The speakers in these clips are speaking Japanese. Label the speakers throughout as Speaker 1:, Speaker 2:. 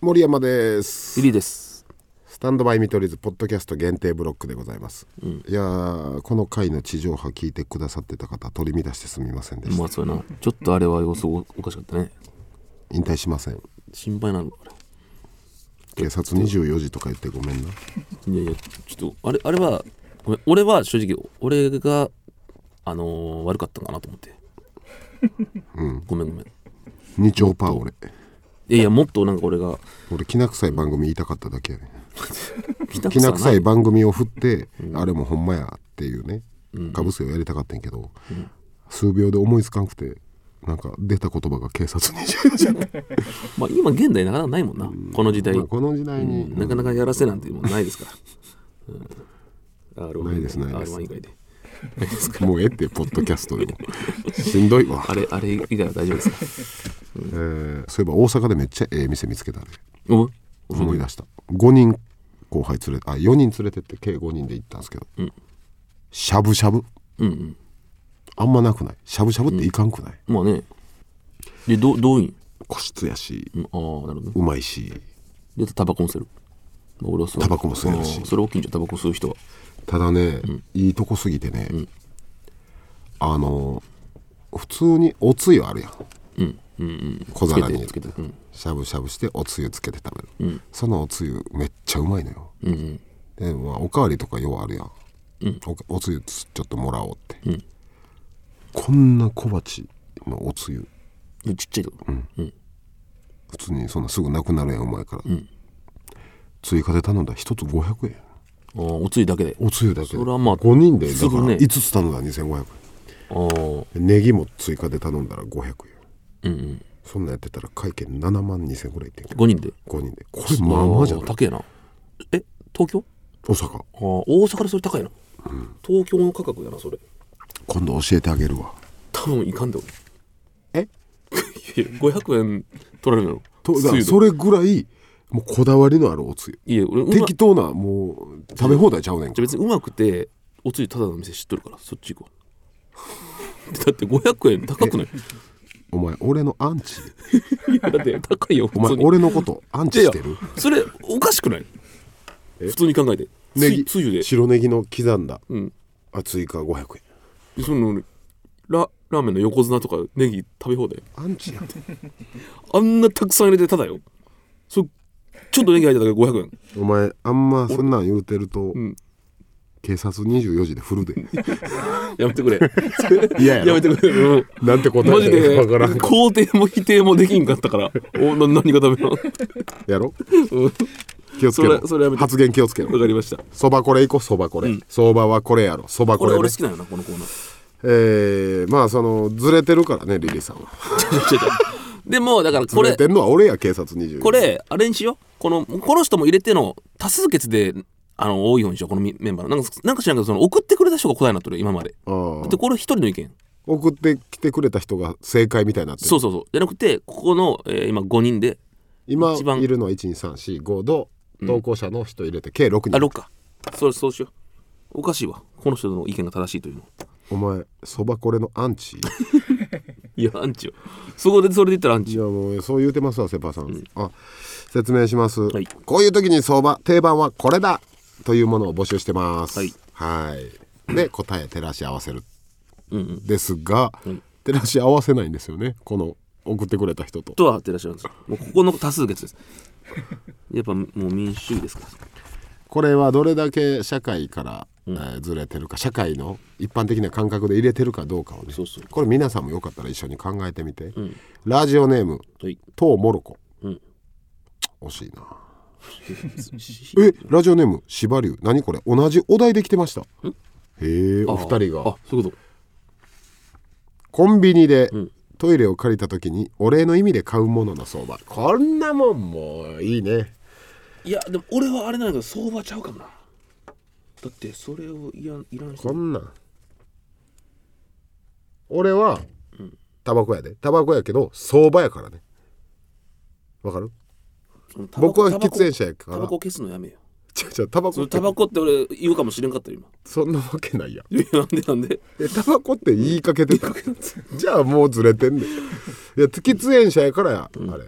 Speaker 1: 森山です
Speaker 2: ゆりです
Speaker 1: スタンドバイ見取り図ポッドキャスト限定ブロックでございます、いやーこの回の地上波聞いてくださってた方取り乱してすみませんでし
Speaker 2: ま
Speaker 1: た
Speaker 2: あそうやなちょっとあれは様子おおかしかったね
Speaker 1: 引退しません
Speaker 2: 心配なのあ
Speaker 1: 警察24時とか言ってごめんな
Speaker 2: れいやいやちょっとあれあれはごめん俺は正直俺があのー悪かったのかなと思って、ごめんごめんい
Speaker 1: 2丁パー俺
Speaker 2: やいやもっとなんか俺が
Speaker 1: 俺きな臭い番組言いたかっただけやね
Speaker 2: き な
Speaker 1: きな臭
Speaker 2: い
Speaker 1: い番組を振って、あれもほんまやっていうねかぶせをやりたかったんやけど、数秒で思いつかんくてなんか出た言葉が警察24時やった、
Speaker 2: まあ今現代なかなかないもんな、この時代、
Speaker 1: まあこの時代に、
Speaker 2: なかなかやらせなんてもうないですから、うん、R1
Speaker 1: ないですね
Speaker 2: R1 以外で
Speaker 1: もうええってポッドキャストでもしんどいわ
Speaker 2: あれあれ以外は大丈夫ですか
Speaker 1: えーそういえば大阪でめっちゃええ店見つけたで
Speaker 2: お
Speaker 1: 思い出した5人後輩連れあ4人連れてって計5人で行ったんですけど、しゃぶしゃぶ
Speaker 2: うんうん
Speaker 1: あんまなくないしゃぶしゃぶっていかんくない、
Speaker 2: まあねでどどういん
Speaker 1: 個室やし
Speaker 2: うんああなるほどね
Speaker 1: うまいし
Speaker 2: でタバコも吸えるまあ俺は吸わない
Speaker 1: タバコも吸えるし
Speaker 2: うんそれ大きいんじゃんタバコ吸う人は
Speaker 1: ただね、いいとこすぎてね、あの普通におつゆあるやん
Speaker 2: うんうんうん
Speaker 1: 小皿に
Speaker 2: つけてつけてうん
Speaker 1: しゃぶしゃぶしておつゆつけて食べる、そのおつゆめっちゃうまいのよ
Speaker 2: うんうん
Speaker 1: で、まあ、おかわりとかようあるやん、おかおつゆつちょっともらおうって、こんな小鉢のおつゆ
Speaker 2: でちっちゃいとこうん
Speaker 1: 普通にそんなすぐなくなるやんうまいから、追加で頼んだら1つ500円
Speaker 2: ああおつゆだけで
Speaker 1: おつゆだけで
Speaker 2: それはまあ
Speaker 1: 5人でだ
Speaker 2: す
Speaker 1: か
Speaker 2: ぐ
Speaker 1: ら
Speaker 2: ね
Speaker 1: 5つ頼んだら2500円
Speaker 2: ああ
Speaker 1: ネギも追加で頼んだら500円
Speaker 2: うんうん
Speaker 1: そんなんやってたら会計7万2000ぐらいいってんけど
Speaker 2: 5人で
Speaker 1: 5人でこれまあまあじゃん
Speaker 2: 高えなえ東京
Speaker 1: 大阪
Speaker 2: ああ大阪でそれ高いな東京の価格やなそれ
Speaker 1: 今度教えてあげるわ
Speaker 2: 多分いかんで俺
Speaker 1: え
Speaker 2: いやいや500円取られるの
Speaker 1: とだ
Speaker 2: つ
Speaker 1: から
Speaker 2: ゆ
Speaker 1: そ
Speaker 2: で
Speaker 1: れぐらいもうこだわりのあるおつゆ
Speaker 2: いや俺うま
Speaker 1: 適当なもう食べ放題ちゃうねん
Speaker 2: じゃあ別にうまくておつゆただの店知っとるからそっち行こう だって500円 高くない
Speaker 1: お前俺のアンチ
Speaker 2: いやだって高いよ
Speaker 1: お
Speaker 2: 普
Speaker 1: 前
Speaker 2: 通に
Speaker 1: 俺のことアンチして
Speaker 2: いや
Speaker 1: る
Speaker 2: いやそれおかしくない普通に考えて
Speaker 1: ネ
Speaker 2: つ
Speaker 1: ギ
Speaker 2: ゆつゆで
Speaker 1: 白ネギの刻んだ
Speaker 2: うん
Speaker 1: あ追加500円
Speaker 2: でそのララーメンの横綱とかネギ食べ放題
Speaker 1: アンチやん
Speaker 2: あんなたくさん入れてただよそちょっとネギ入っただけで500円
Speaker 1: お前あんまそんなん言うてると、
Speaker 2: ん
Speaker 1: 警察24時で振るで
Speaker 2: やめてくれ
Speaker 1: いやや
Speaker 2: やめてくれ、うん
Speaker 1: なんてこと
Speaker 2: マジで
Speaker 1: わからん
Speaker 2: 肯定も否定もできんかったからおな何が食べなの
Speaker 1: やろ
Speaker 2: うんわ
Speaker 1: 気をつけろ
Speaker 2: それそれやめて
Speaker 1: 発言気をつけろ
Speaker 2: かりました
Speaker 1: そばこれ行こうそばこれ、相場はこれやろそばこ
Speaker 2: こ
Speaker 1: れ、
Speaker 2: れ
Speaker 1: ね、
Speaker 2: 俺好きなよなこのコーナー
Speaker 1: えー、まあそのずれてるからねリリーさんは
Speaker 2: 違う違うでもだから
Speaker 1: ず
Speaker 2: こ
Speaker 1: れ
Speaker 2: れ
Speaker 1: てんのは俺や警察24時
Speaker 2: これあれにしようこのこの人も入れての多数決であの多い方にしようこのみメンバーのなんかなんか知らんけどその送ってくれた人が答えになってる今まで
Speaker 1: あー
Speaker 2: でこれ一人の意見
Speaker 1: 送ってきてくれた人が正解みたいになってる
Speaker 2: そうそうそうじゃなくてここの、えー今5人で
Speaker 1: 今
Speaker 2: 一番
Speaker 1: いるのは12345度投稿者の人入れて計6
Speaker 2: あ
Speaker 1: 人、
Speaker 2: 6かそれそうしようおかしいわこの人の意見が正しいというの
Speaker 1: お前そばこれのアンチ
Speaker 2: いやアンチよそこでそれで言ったらアンチ
Speaker 1: い
Speaker 2: よ
Speaker 1: やもうそう言うてますわセパさん、あ説明します、
Speaker 2: はい
Speaker 1: こういう時に相場定番はこれだというものを募集してます
Speaker 2: はい
Speaker 1: はいで答え照らし合わせる
Speaker 2: うんうん
Speaker 1: ですが、照らし合わせないんですよねこの送ってくれた人と
Speaker 2: とはってらっしゃるんですよもうここの多数決ですやっぱもう民主主義ですから
Speaker 1: これはどれだけ社会から、えーずれてるか社会の一般的な感覚で入れてるかどうかをね
Speaker 2: そうそう
Speaker 1: これ皆さんもよかったら一緒に考えてみて、ラジオネーム
Speaker 2: はい
Speaker 1: とうもろこ
Speaker 2: うん
Speaker 1: 惜しいなえラジオネームしばりゅう何これ同じお題で来てましたへえお二人
Speaker 2: あ
Speaker 1: が
Speaker 2: そういうこ
Speaker 1: コンビニで、
Speaker 2: ん
Speaker 1: トイレを借りた時にお礼の意味で買うものの相場こんなもんもういいね
Speaker 2: といやでも俺はあれなんだけど相場ちゃうかもなだってそれをいらんいらん人
Speaker 1: こんなん俺はタバコやでタバコやけど相場やからねわかる
Speaker 2: タバコ
Speaker 1: 僕は
Speaker 2: タバコ
Speaker 1: 喫煙者やから
Speaker 2: タバコ消すのやめよ
Speaker 1: ちょちょタバコ
Speaker 2: そ
Speaker 1: っ
Speaker 2: れ
Speaker 1: て
Speaker 2: タバコって俺言うかもしれんかったよ
Speaker 1: そんなわけないやん
Speaker 2: 今 いやなんでなんで
Speaker 1: えタバコって言いかけてたじゃあもうずれてんねんいや喫煙者やからやあれ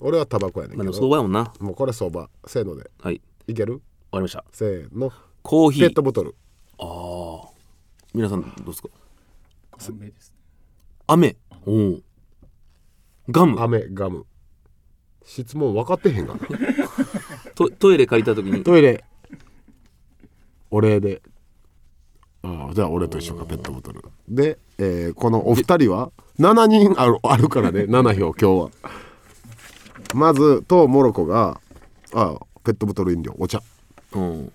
Speaker 1: 俺はタバコやねん
Speaker 2: まあ
Speaker 1: け
Speaker 2: で
Speaker 1: ど
Speaker 2: も相場やもんな
Speaker 1: もうこれ相場せーので
Speaker 2: はい
Speaker 1: いける
Speaker 2: 終わりました
Speaker 1: せーの
Speaker 2: コーヒ
Speaker 1: ペッ
Speaker 2: ー
Speaker 1: トボトル
Speaker 2: ああ皆さんどうですか
Speaker 3: 雨ですね
Speaker 2: 雨おおガム
Speaker 1: 飴ガム質問分かってへんがな
Speaker 2: トトイレ借りた時に
Speaker 4: トイレお礼でああじゃあ俺と一緒かペットボトル
Speaker 1: で、えーこのお二人は7人あるあるからね7票今日はまずとモロコがあペットボトル飲料お茶
Speaker 2: うん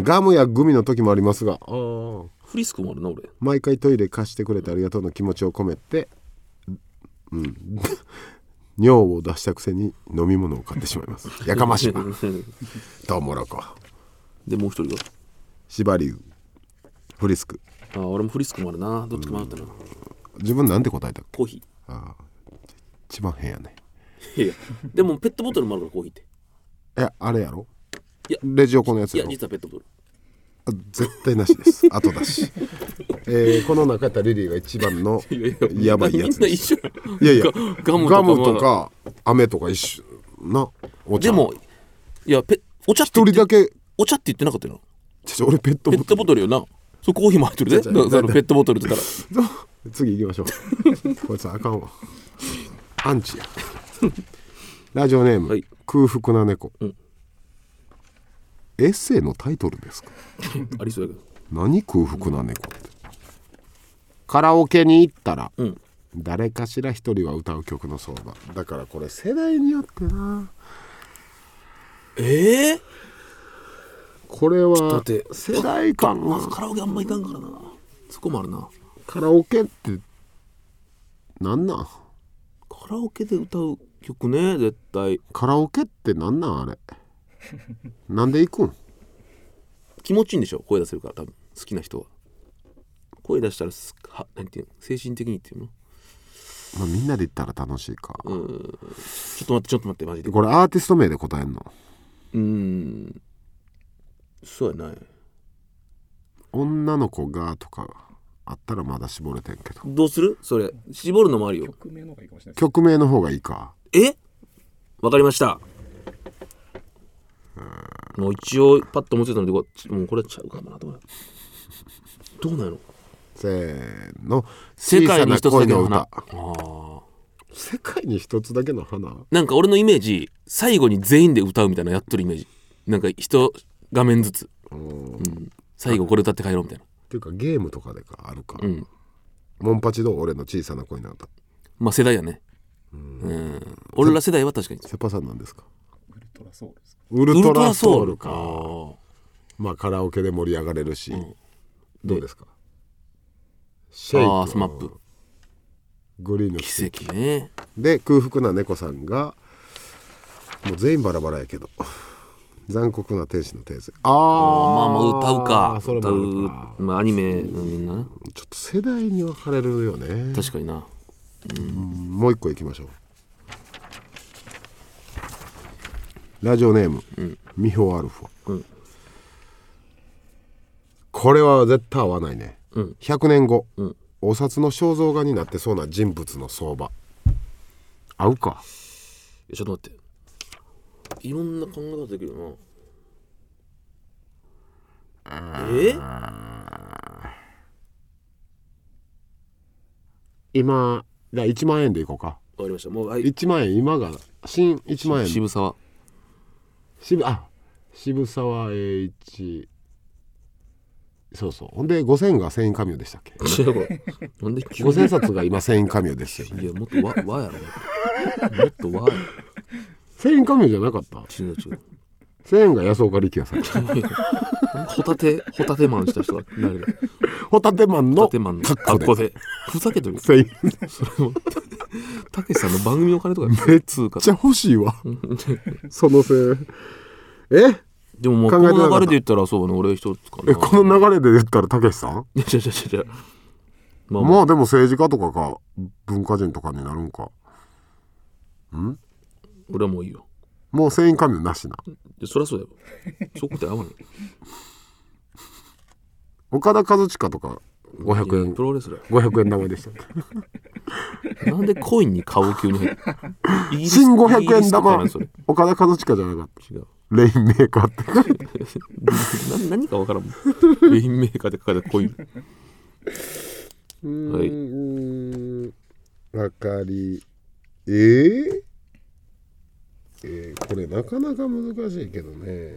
Speaker 1: ガムやグミの時もありますがあー
Speaker 2: フリスクもあるな俺
Speaker 1: 毎回トイレ貸してくれてありがとうの気持ちを込めてうん尿を出したくせに飲み物を買ってしまいますやかましいなトウモロコ
Speaker 2: でもう一人が
Speaker 1: シバリウフリスク
Speaker 2: あー俺もフリスクもあるなどっちか迷ったな
Speaker 1: 自分なんて答えた
Speaker 2: コーヒ
Speaker 1: あー一番変やね
Speaker 2: ーいやいやでもペットボトルもあるからコーヒーって
Speaker 1: えあれやろ
Speaker 2: いや
Speaker 1: レジ横のやつ
Speaker 2: い
Speaker 1: や
Speaker 2: や
Speaker 1: ろ
Speaker 2: 実はペットボトル
Speaker 1: あ絶対なしです 後だし、えーこの中やったらリリーが一番のや ばいやつ
Speaker 2: みんな
Speaker 1: で
Speaker 2: 一
Speaker 1: す
Speaker 2: 緒
Speaker 1: いやいや
Speaker 2: ガムとか
Speaker 1: ガムとか飴とか一緒なお茶
Speaker 2: でもいやペお茶って
Speaker 1: 一
Speaker 2: 言っ
Speaker 1: 人
Speaker 2: て
Speaker 1: だけ
Speaker 2: お茶って言ってなかったよな
Speaker 1: ちょ俺ペット
Speaker 2: ペ
Speaker 1: ボ
Speaker 2: ッ
Speaker 1: ト
Speaker 2: ト
Speaker 1: ル
Speaker 2: ボトルよなそうコーヒーも入ってるで
Speaker 1: ち
Speaker 2: だ
Speaker 1: ょ
Speaker 2: か
Speaker 1: ちょ
Speaker 2: らそのペットボトルって言ったら
Speaker 1: 次行きましょ うこいつあかんわアンチやラジオネーム、
Speaker 2: はい
Speaker 1: 空腹な猫、
Speaker 2: うん
Speaker 1: エッセイのタイトルですか
Speaker 2: ありそうやけど
Speaker 1: 何空腹な猫ってカラオケに行ったら、
Speaker 2: うん
Speaker 1: 誰かしら一人は歌う曲の相場だからこれ世代によってな
Speaker 2: ええ
Speaker 1: これ
Speaker 2: だ
Speaker 1: は
Speaker 2: って
Speaker 1: 世代間
Speaker 2: まず
Speaker 1: が
Speaker 2: カラオケあんま行かんからなそこもあるな
Speaker 1: カラオケってなんなん
Speaker 2: カラオケで歌う曲ね絶対
Speaker 1: カラオケってなんなんあれなんで行くん
Speaker 2: 気持ちいいんでしょ声出せるから多分好きな人は声出したらすはなんていうの精神的にっていうの
Speaker 1: まあ、みんなで行ったら楽しいか、
Speaker 2: ちょっと待ってちょっと待ってマジで
Speaker 1: これアーティスト名で答えんの
Speaker 2: うーんそうやない
Speaker 1: 女の子がとかあったらまだ絞れてんけど
Speaker 2: どうするそれ絞るのもあるよ
Speaker 3: 曲名の方がいいかもしれないです
Speaker 1: 曲名の方がいいか
Speaker 2: えわかりましたもう一応パッと思いついたのでこっちもうこれちゃうかもなと思うどうなの
Speaker 1: せーの
Speaker 2: 世界に一つだけの
Speaker 1: 小さな
Speaker 2: 花あ
Speaker 1: 恋歌
Speaker 2: ー
Speaker 1: 世界に一つだけの花
Speaker 2: なんか俺のイメージ最後に全員で歌うみたいなのやっとるイメージなんか人画面ずつ、うん最後これ歌って帰ろうみたいな
Speaker 1: っていうかゲームとかでかあるか、
Speaker 2: うん
Speaker 1: モンパチどう俺の小さな恋の歌
Speaker 2: まあ世代やねうん俺ら世代は確かに
Speaker 1: セパさんなんですか
Speaker 3: ウルトラソウルですか
Speaker 1: ウルトラソウルかまあカラオケで盛り上がれるし、どうですかシ
Speaker 2: あ
Speaker 1: ェイ
Speaker 2: ー
Speaker 1: ク
Speaker 2: あースマップ
Speaker 1: グリーンの奇跡
Speaker 2: 奇跡ね
Speaker 1: で空腹な猫さんがもう全員バラバラやけど残酷な天使のテーゼあー
Speaker 2: まあまあ歌うか
Speaker 1: それ
Speaker 2: 歌
Speaker 1: も
Speaker 2: う
Speaker 1: あるか
Speaker 2: まあアニメのみんなね
Speaker 1: ちょっと世代に分かれるよね
Speaker 2: 確かにな
Speaker 1: もう一個いきましょうラジオネーム、ミホアルファ、
Speaker 2: うん
Speaker 1: これは絶対合わないね、
Speaker 2: うん
Speaker 1: 100年後、
Speaker 2: ん
Speaker 1: お札の肖像画になってそうな人物の相場合うか
Speaker 2: ちょっと待っていろんな考え方できるよなえ
Speaker 1: 今じゃあ1万円でいこうか
Speaker 2: わかりましたもうはい
Speaker 1: 1万円今が新1万円
Speaker 2: 渋沢
Speaker 1: 渋あ渋沢栄一そうそうほんで5000が1000円加入でしたっけ
Speaker 2: 違うこれなんで急に
Speaker 1: 5000冊が今1000円加入ですよ
Speaker 2: いや、もっと和和やろ。もっと和や
Speaker 1: 1000円加入じゃなかった
Speaker 2: ろ。違う違う。
Speaker 1: 1000円が安岡力也さん
Speaker 2: ホタテ、ホタテマンした人が誰だ。
Speaker 1: ホタテマン
Speaker 2: ホ
Speaker 1: の
Speaker 2: タテマンの
Speaker 1: 格好
Speaker 2: 格
Speaker 1: で
Speaker 2: 好で。ふざけてる。
Speaker 1: 1000円めった
Speaker 2: けしさんの番組の金とかめっ通貨
Speaker 1: ち。ゃ欲しいわ そのせいえ
Speaker 2: でももう
Speaker 1: 考え
Speaker 2: こ
Speaker 1: てなかった
Speaker 2: の流れで言ったらそうだね、俺一つかな。
Speaker 1: えこの流れで言ったらたけしさん
Speaker 2: いや違う違う違う。まあまあ、
Speaker 1: まあでも政治家とかか文化人とかになるんか
Speaker 2: 俺はもういいよ。
Speaker 1: もう1000円加入なしない
Speaker 2: やそりゃそうだよ。そこで合わない。
Speaker 1: 岡田和親とか500円
Speaker 2: プロレスラー。
Speaker 1: 500円玉でした
Speaker 2: なんでコインに顔急に入ってイギリス
Speaker 1: 新500円
Speaker 2: イギ
Speaker 1: 玉
Speaker 2: リスとか
Speaker 1: 岡田和親じゃなかっ
Speaker 2: じゃない
Speaker 1: たレインメーカーって書いて
Speaker 2: それ違うな何かわからんもんレインメーカーで書かれたコインはいう
Speaker 1: わかりえーえーこれなかなか難しいけどね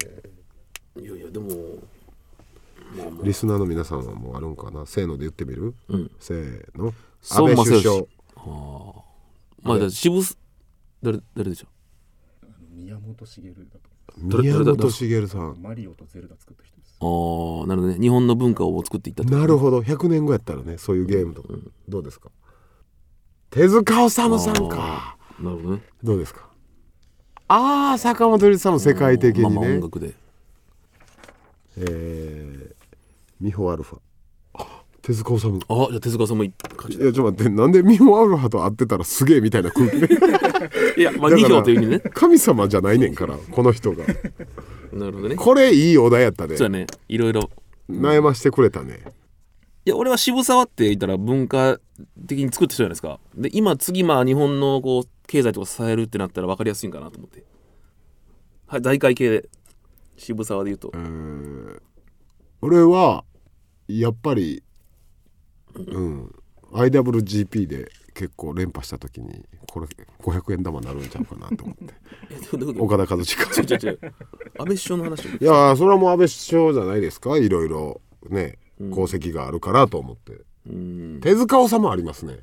Speaker 2: いやいやでも
Speaker 1: リスナーの皆さんはもうあるんかなせーので言ってみる、
Speaker 2: うん
Speaker 1: せーの
Speaker 2: 孫正義
Speaker 1: 安
Speaker 2: まあじゃあ渋す誰誰でしょ
Speaker 3: あの宮本茂だと
Speaker 1: 倍
Speaker 2: 誰
Speaker 1: 宮
Speaker 2: 誰だ
Speaker 1: 本茂さん
Speaker 3: マリオとゼルダ作った人です
Speaker 2: うああなるほどね日本の文化を作っていったって
Speaker 1: なるほど100年後やったらねそういうゲームとか、どうですか手塚治虫さんか
Speaker 2: なるほどね
Speaker 1: どうですかああ坂本龍一さんも世界的
Speaker 2: まあ
Speaker 1: に
Speaker 2: まあ
Speaker 1: ね
Speaker 2: 音、楽で
Speaker 1: えー、ミホアルファあ手塚治虫
Speaker 2: あじゃあ手塚さんもいい感じ
Speaker 1: いやちょっと待ってなんでミホアルファと会ってたらすげえみたいな空気 で
Speaker 2: いやまあ
Speaker 1: だ
Speaker 2: 2
Speaker 1: から
Speaker 2: 票という意味でね
Speaker 1: 神様じゃないねんからこの人が
Speaker 2: なるほどね
Speaker 1: これいいお題やったで
Speaker 2: そうだねいろいろ
Speaker 1: 悩ましてくれたね
Speaker 2: いや俺は渋沢って言ったら文化的に作った人じゃないですかで今次まあ日本のこう経済とか支えるってなったら分かりやすいんかなと思ってはい大会系で渋沢で言うと
Speaker 1: 俺はやっぱりうん IWGP で結構連覇した時にこれ500円玉になるんちゃうかなと思って
Speaker 2: えどうどういうこ
Speaker 1: 岡田和親
Speaker 2: と違う違う違う安倍首相の話
Speaker 1: いやーそれはもう安倍首相じゃないですかいろいろね功績があるからと思って、
Speaker 2: うん
Speaker 1: 手塚治虫ありますね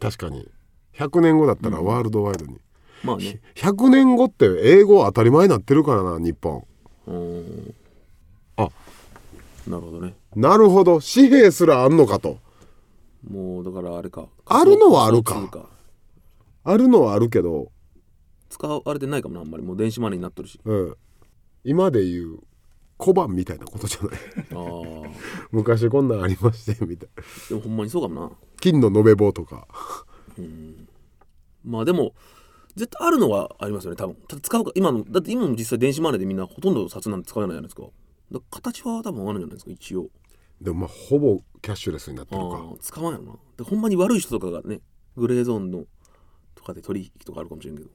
Speaker 1: 確かに100年後だったらワールドワイドに、
Speaker 2: まあね
Speaker 1: 100年後って英語当たり前になってるからな日本
Speaker 2: うん
Speaker 1: あ
Speaker 2: なるほどね
Speaker 1: なるほど紙幣すらあんのかと
Speaker 2: もうだからあれか
Speaker 1: あるのはあるか
Speaker 2: 仮想通貨
Speaker 1: あるのはあるけど、
Speaker 2: 使われてないかもなあんまりもう電子マネーになっとるし
Speaker 1: うん、今で言う小判みたいなことじゃない
Speaker 2: あー
Speaker 1: 昔こんなんありましてみたいな
Speaker 2: でもほんまにそうかもな
Speaker 1: 金の延べ棒とか
Speaker 2: まあでも絶対あるのはありますよね多分ただ使うか今のだって今も実際電子マネーでみんなほとんど札なんて使わないじゃないですかだから形は多分あるんじゃないですか一応
Speaker 1: でもまあほぼキャッシュレスになって
Speaker 2: あ
Speaker 1: るか
Speaker 2: ー使わんやろなでほんまに悪い人とかがねグレーゾーンのとかで取引とかあるかもしれんけど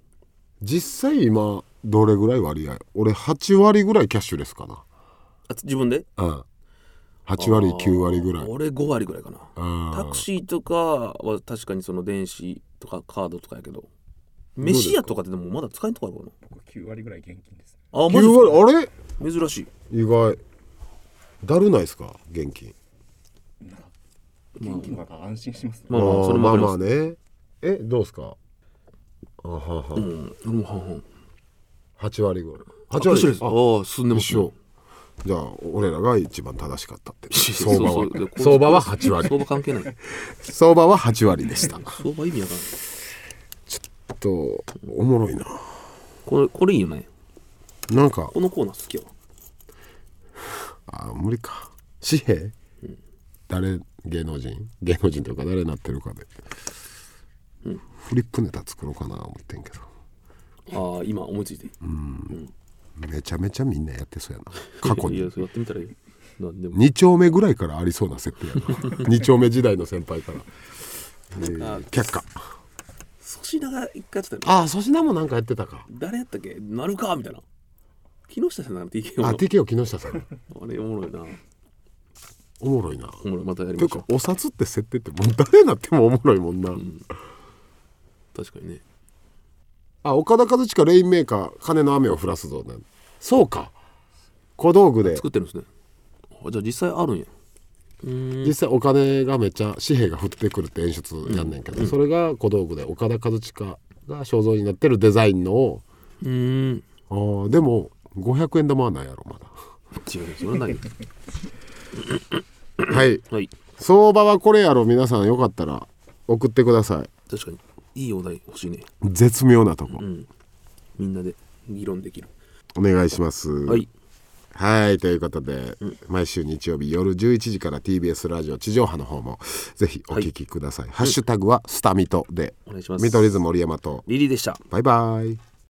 Speaker 1: 実際今どれぐらい割合俺8割ぐらいキャッシュレスかな
Speaker 2: あ自分で
Speaker 1: うん8割9割ぐら
Speaker 2: あ
Speaker 1: い
Speaker 2: ー俺5割ぐらいかな
Speaker 1: あ
Speaker 2: タクシーとかは確かにその電子とかカードとかやけど飯屋とかででもまだ使えんとこあるかな
Speaker 3: 僕9割ぐらい現金ですね
Speaker 2: あマ
Speaker 1: 9
Speaker 2: ジですか
Speaker 1: 割あれ
Speaker 2: 珍しい
Speaker 1: 意外だるないですか現金
Speaker 3: 現金の方が安心しますね、
Speaker 2: まあまあそれも
Speaker 1: ま
Speaker 2: わ
Speaker 1: あ
Speaker 2: かり
Speaker 1: まあ
Speaker 2: ます
Speaker 1: ねえどうですかあはは、
Speaker 2: うん俺も半々
Speaker 1: 8割ぐらい
Speaker 2: あ
Speaker 1: 8割
Speaker 2: あ
Speaker 1: あ
Speaker 2: あ進んでます
Speaker 1: 一
Speaker 2: ね
Speaker 1: 緒じゃあ俺らが一番正しかった って
Speaker 2: そう
Speaker 1: 相場
Speaker 2: そ
Speaker 1: は
Speaker 2: うでこう
Speaker 1: 相場は8割
Speaker 2: 相場関係ない
Speaker 1: 相場は8割でした
Speaker 2: 相場意味わかんない
Speaker 1: とおもろいな
Speaker 2: これこれいいよね
Speaker 1: なんか
Speaker 2: このコーナー好きやわ
Speaker 1: あ無理か紙幣、誰芸能人芸能人というか誰なってるかで、フリップネタ作ろうかな思ってんけど
Speaker 2: ああ今思いついて
Speaker 1: めちゃめちゃみんなやってそうやな過去
Speaker 2: いや
Speaker 1: に
Speaker 2: そうやってみたらいいよなんでも
Speaker 1: 2丁目ぐらいからありそうな設定やな2 丁目時代の先輩から、えー却下
Speaker 2: 粗品が一回やってたよね
Speaker 1: ああ粗品もなんかやってたか
Speaker 2: 誰やったっけなるかみたいな木下さんなんて意見
Speaker 1: あ
Speaker 2: あ
Speaker 1: TKO 木下さん
Speaker 2: れおもろいな
Speaker 1: おもろいな
Speaker 2: おもろいまたやり
Speaker 1: てい
Speaker 2: ま
Speaker 1: う
Speaker 2: しょ
Speaker 1: かお札って設定ってもう誰になってもおもろいもんな、
Speaker 2: う確かにね
Speaker 1: あ岡田和親レインメーカー金の雨を降らすぞねそうか小道具で
Speaker 2: 作ってるんですねあじゃあ実際あるんや
Speaker 1: 実際お金がめっちゃ紙幣が降ってくるって演出やんねんけど、それが小道具で岡田和親が肖像になってるデザインのを
Speaker 2: うーん
Speaker 1: あーでも500円玉はないやろま
Speaker 2: 違うそれはないよ
Speaker 1: だはい
Speaker 2: はい
Speaker 1: 相場はこれやろ皆さんよかったら送ってください
Speaker 2: 確かにいいお題欲しいね
Speaker 1: 絶妙なとこ、
Speaker 2: みんなで議論できる
Speaker 1: お願いしますは
Speaker 2: はい
Speaker 1: はいということで、毎週日曜日夜11時から TBS ラジオ地上波の方もぜひお聞きください、ハッシュタグはスタミトで、
Speaker 2: お願いします
Speaker 1: 見取り図森山と
Speaker 2: リリーでした
Speaker 1: バイバイ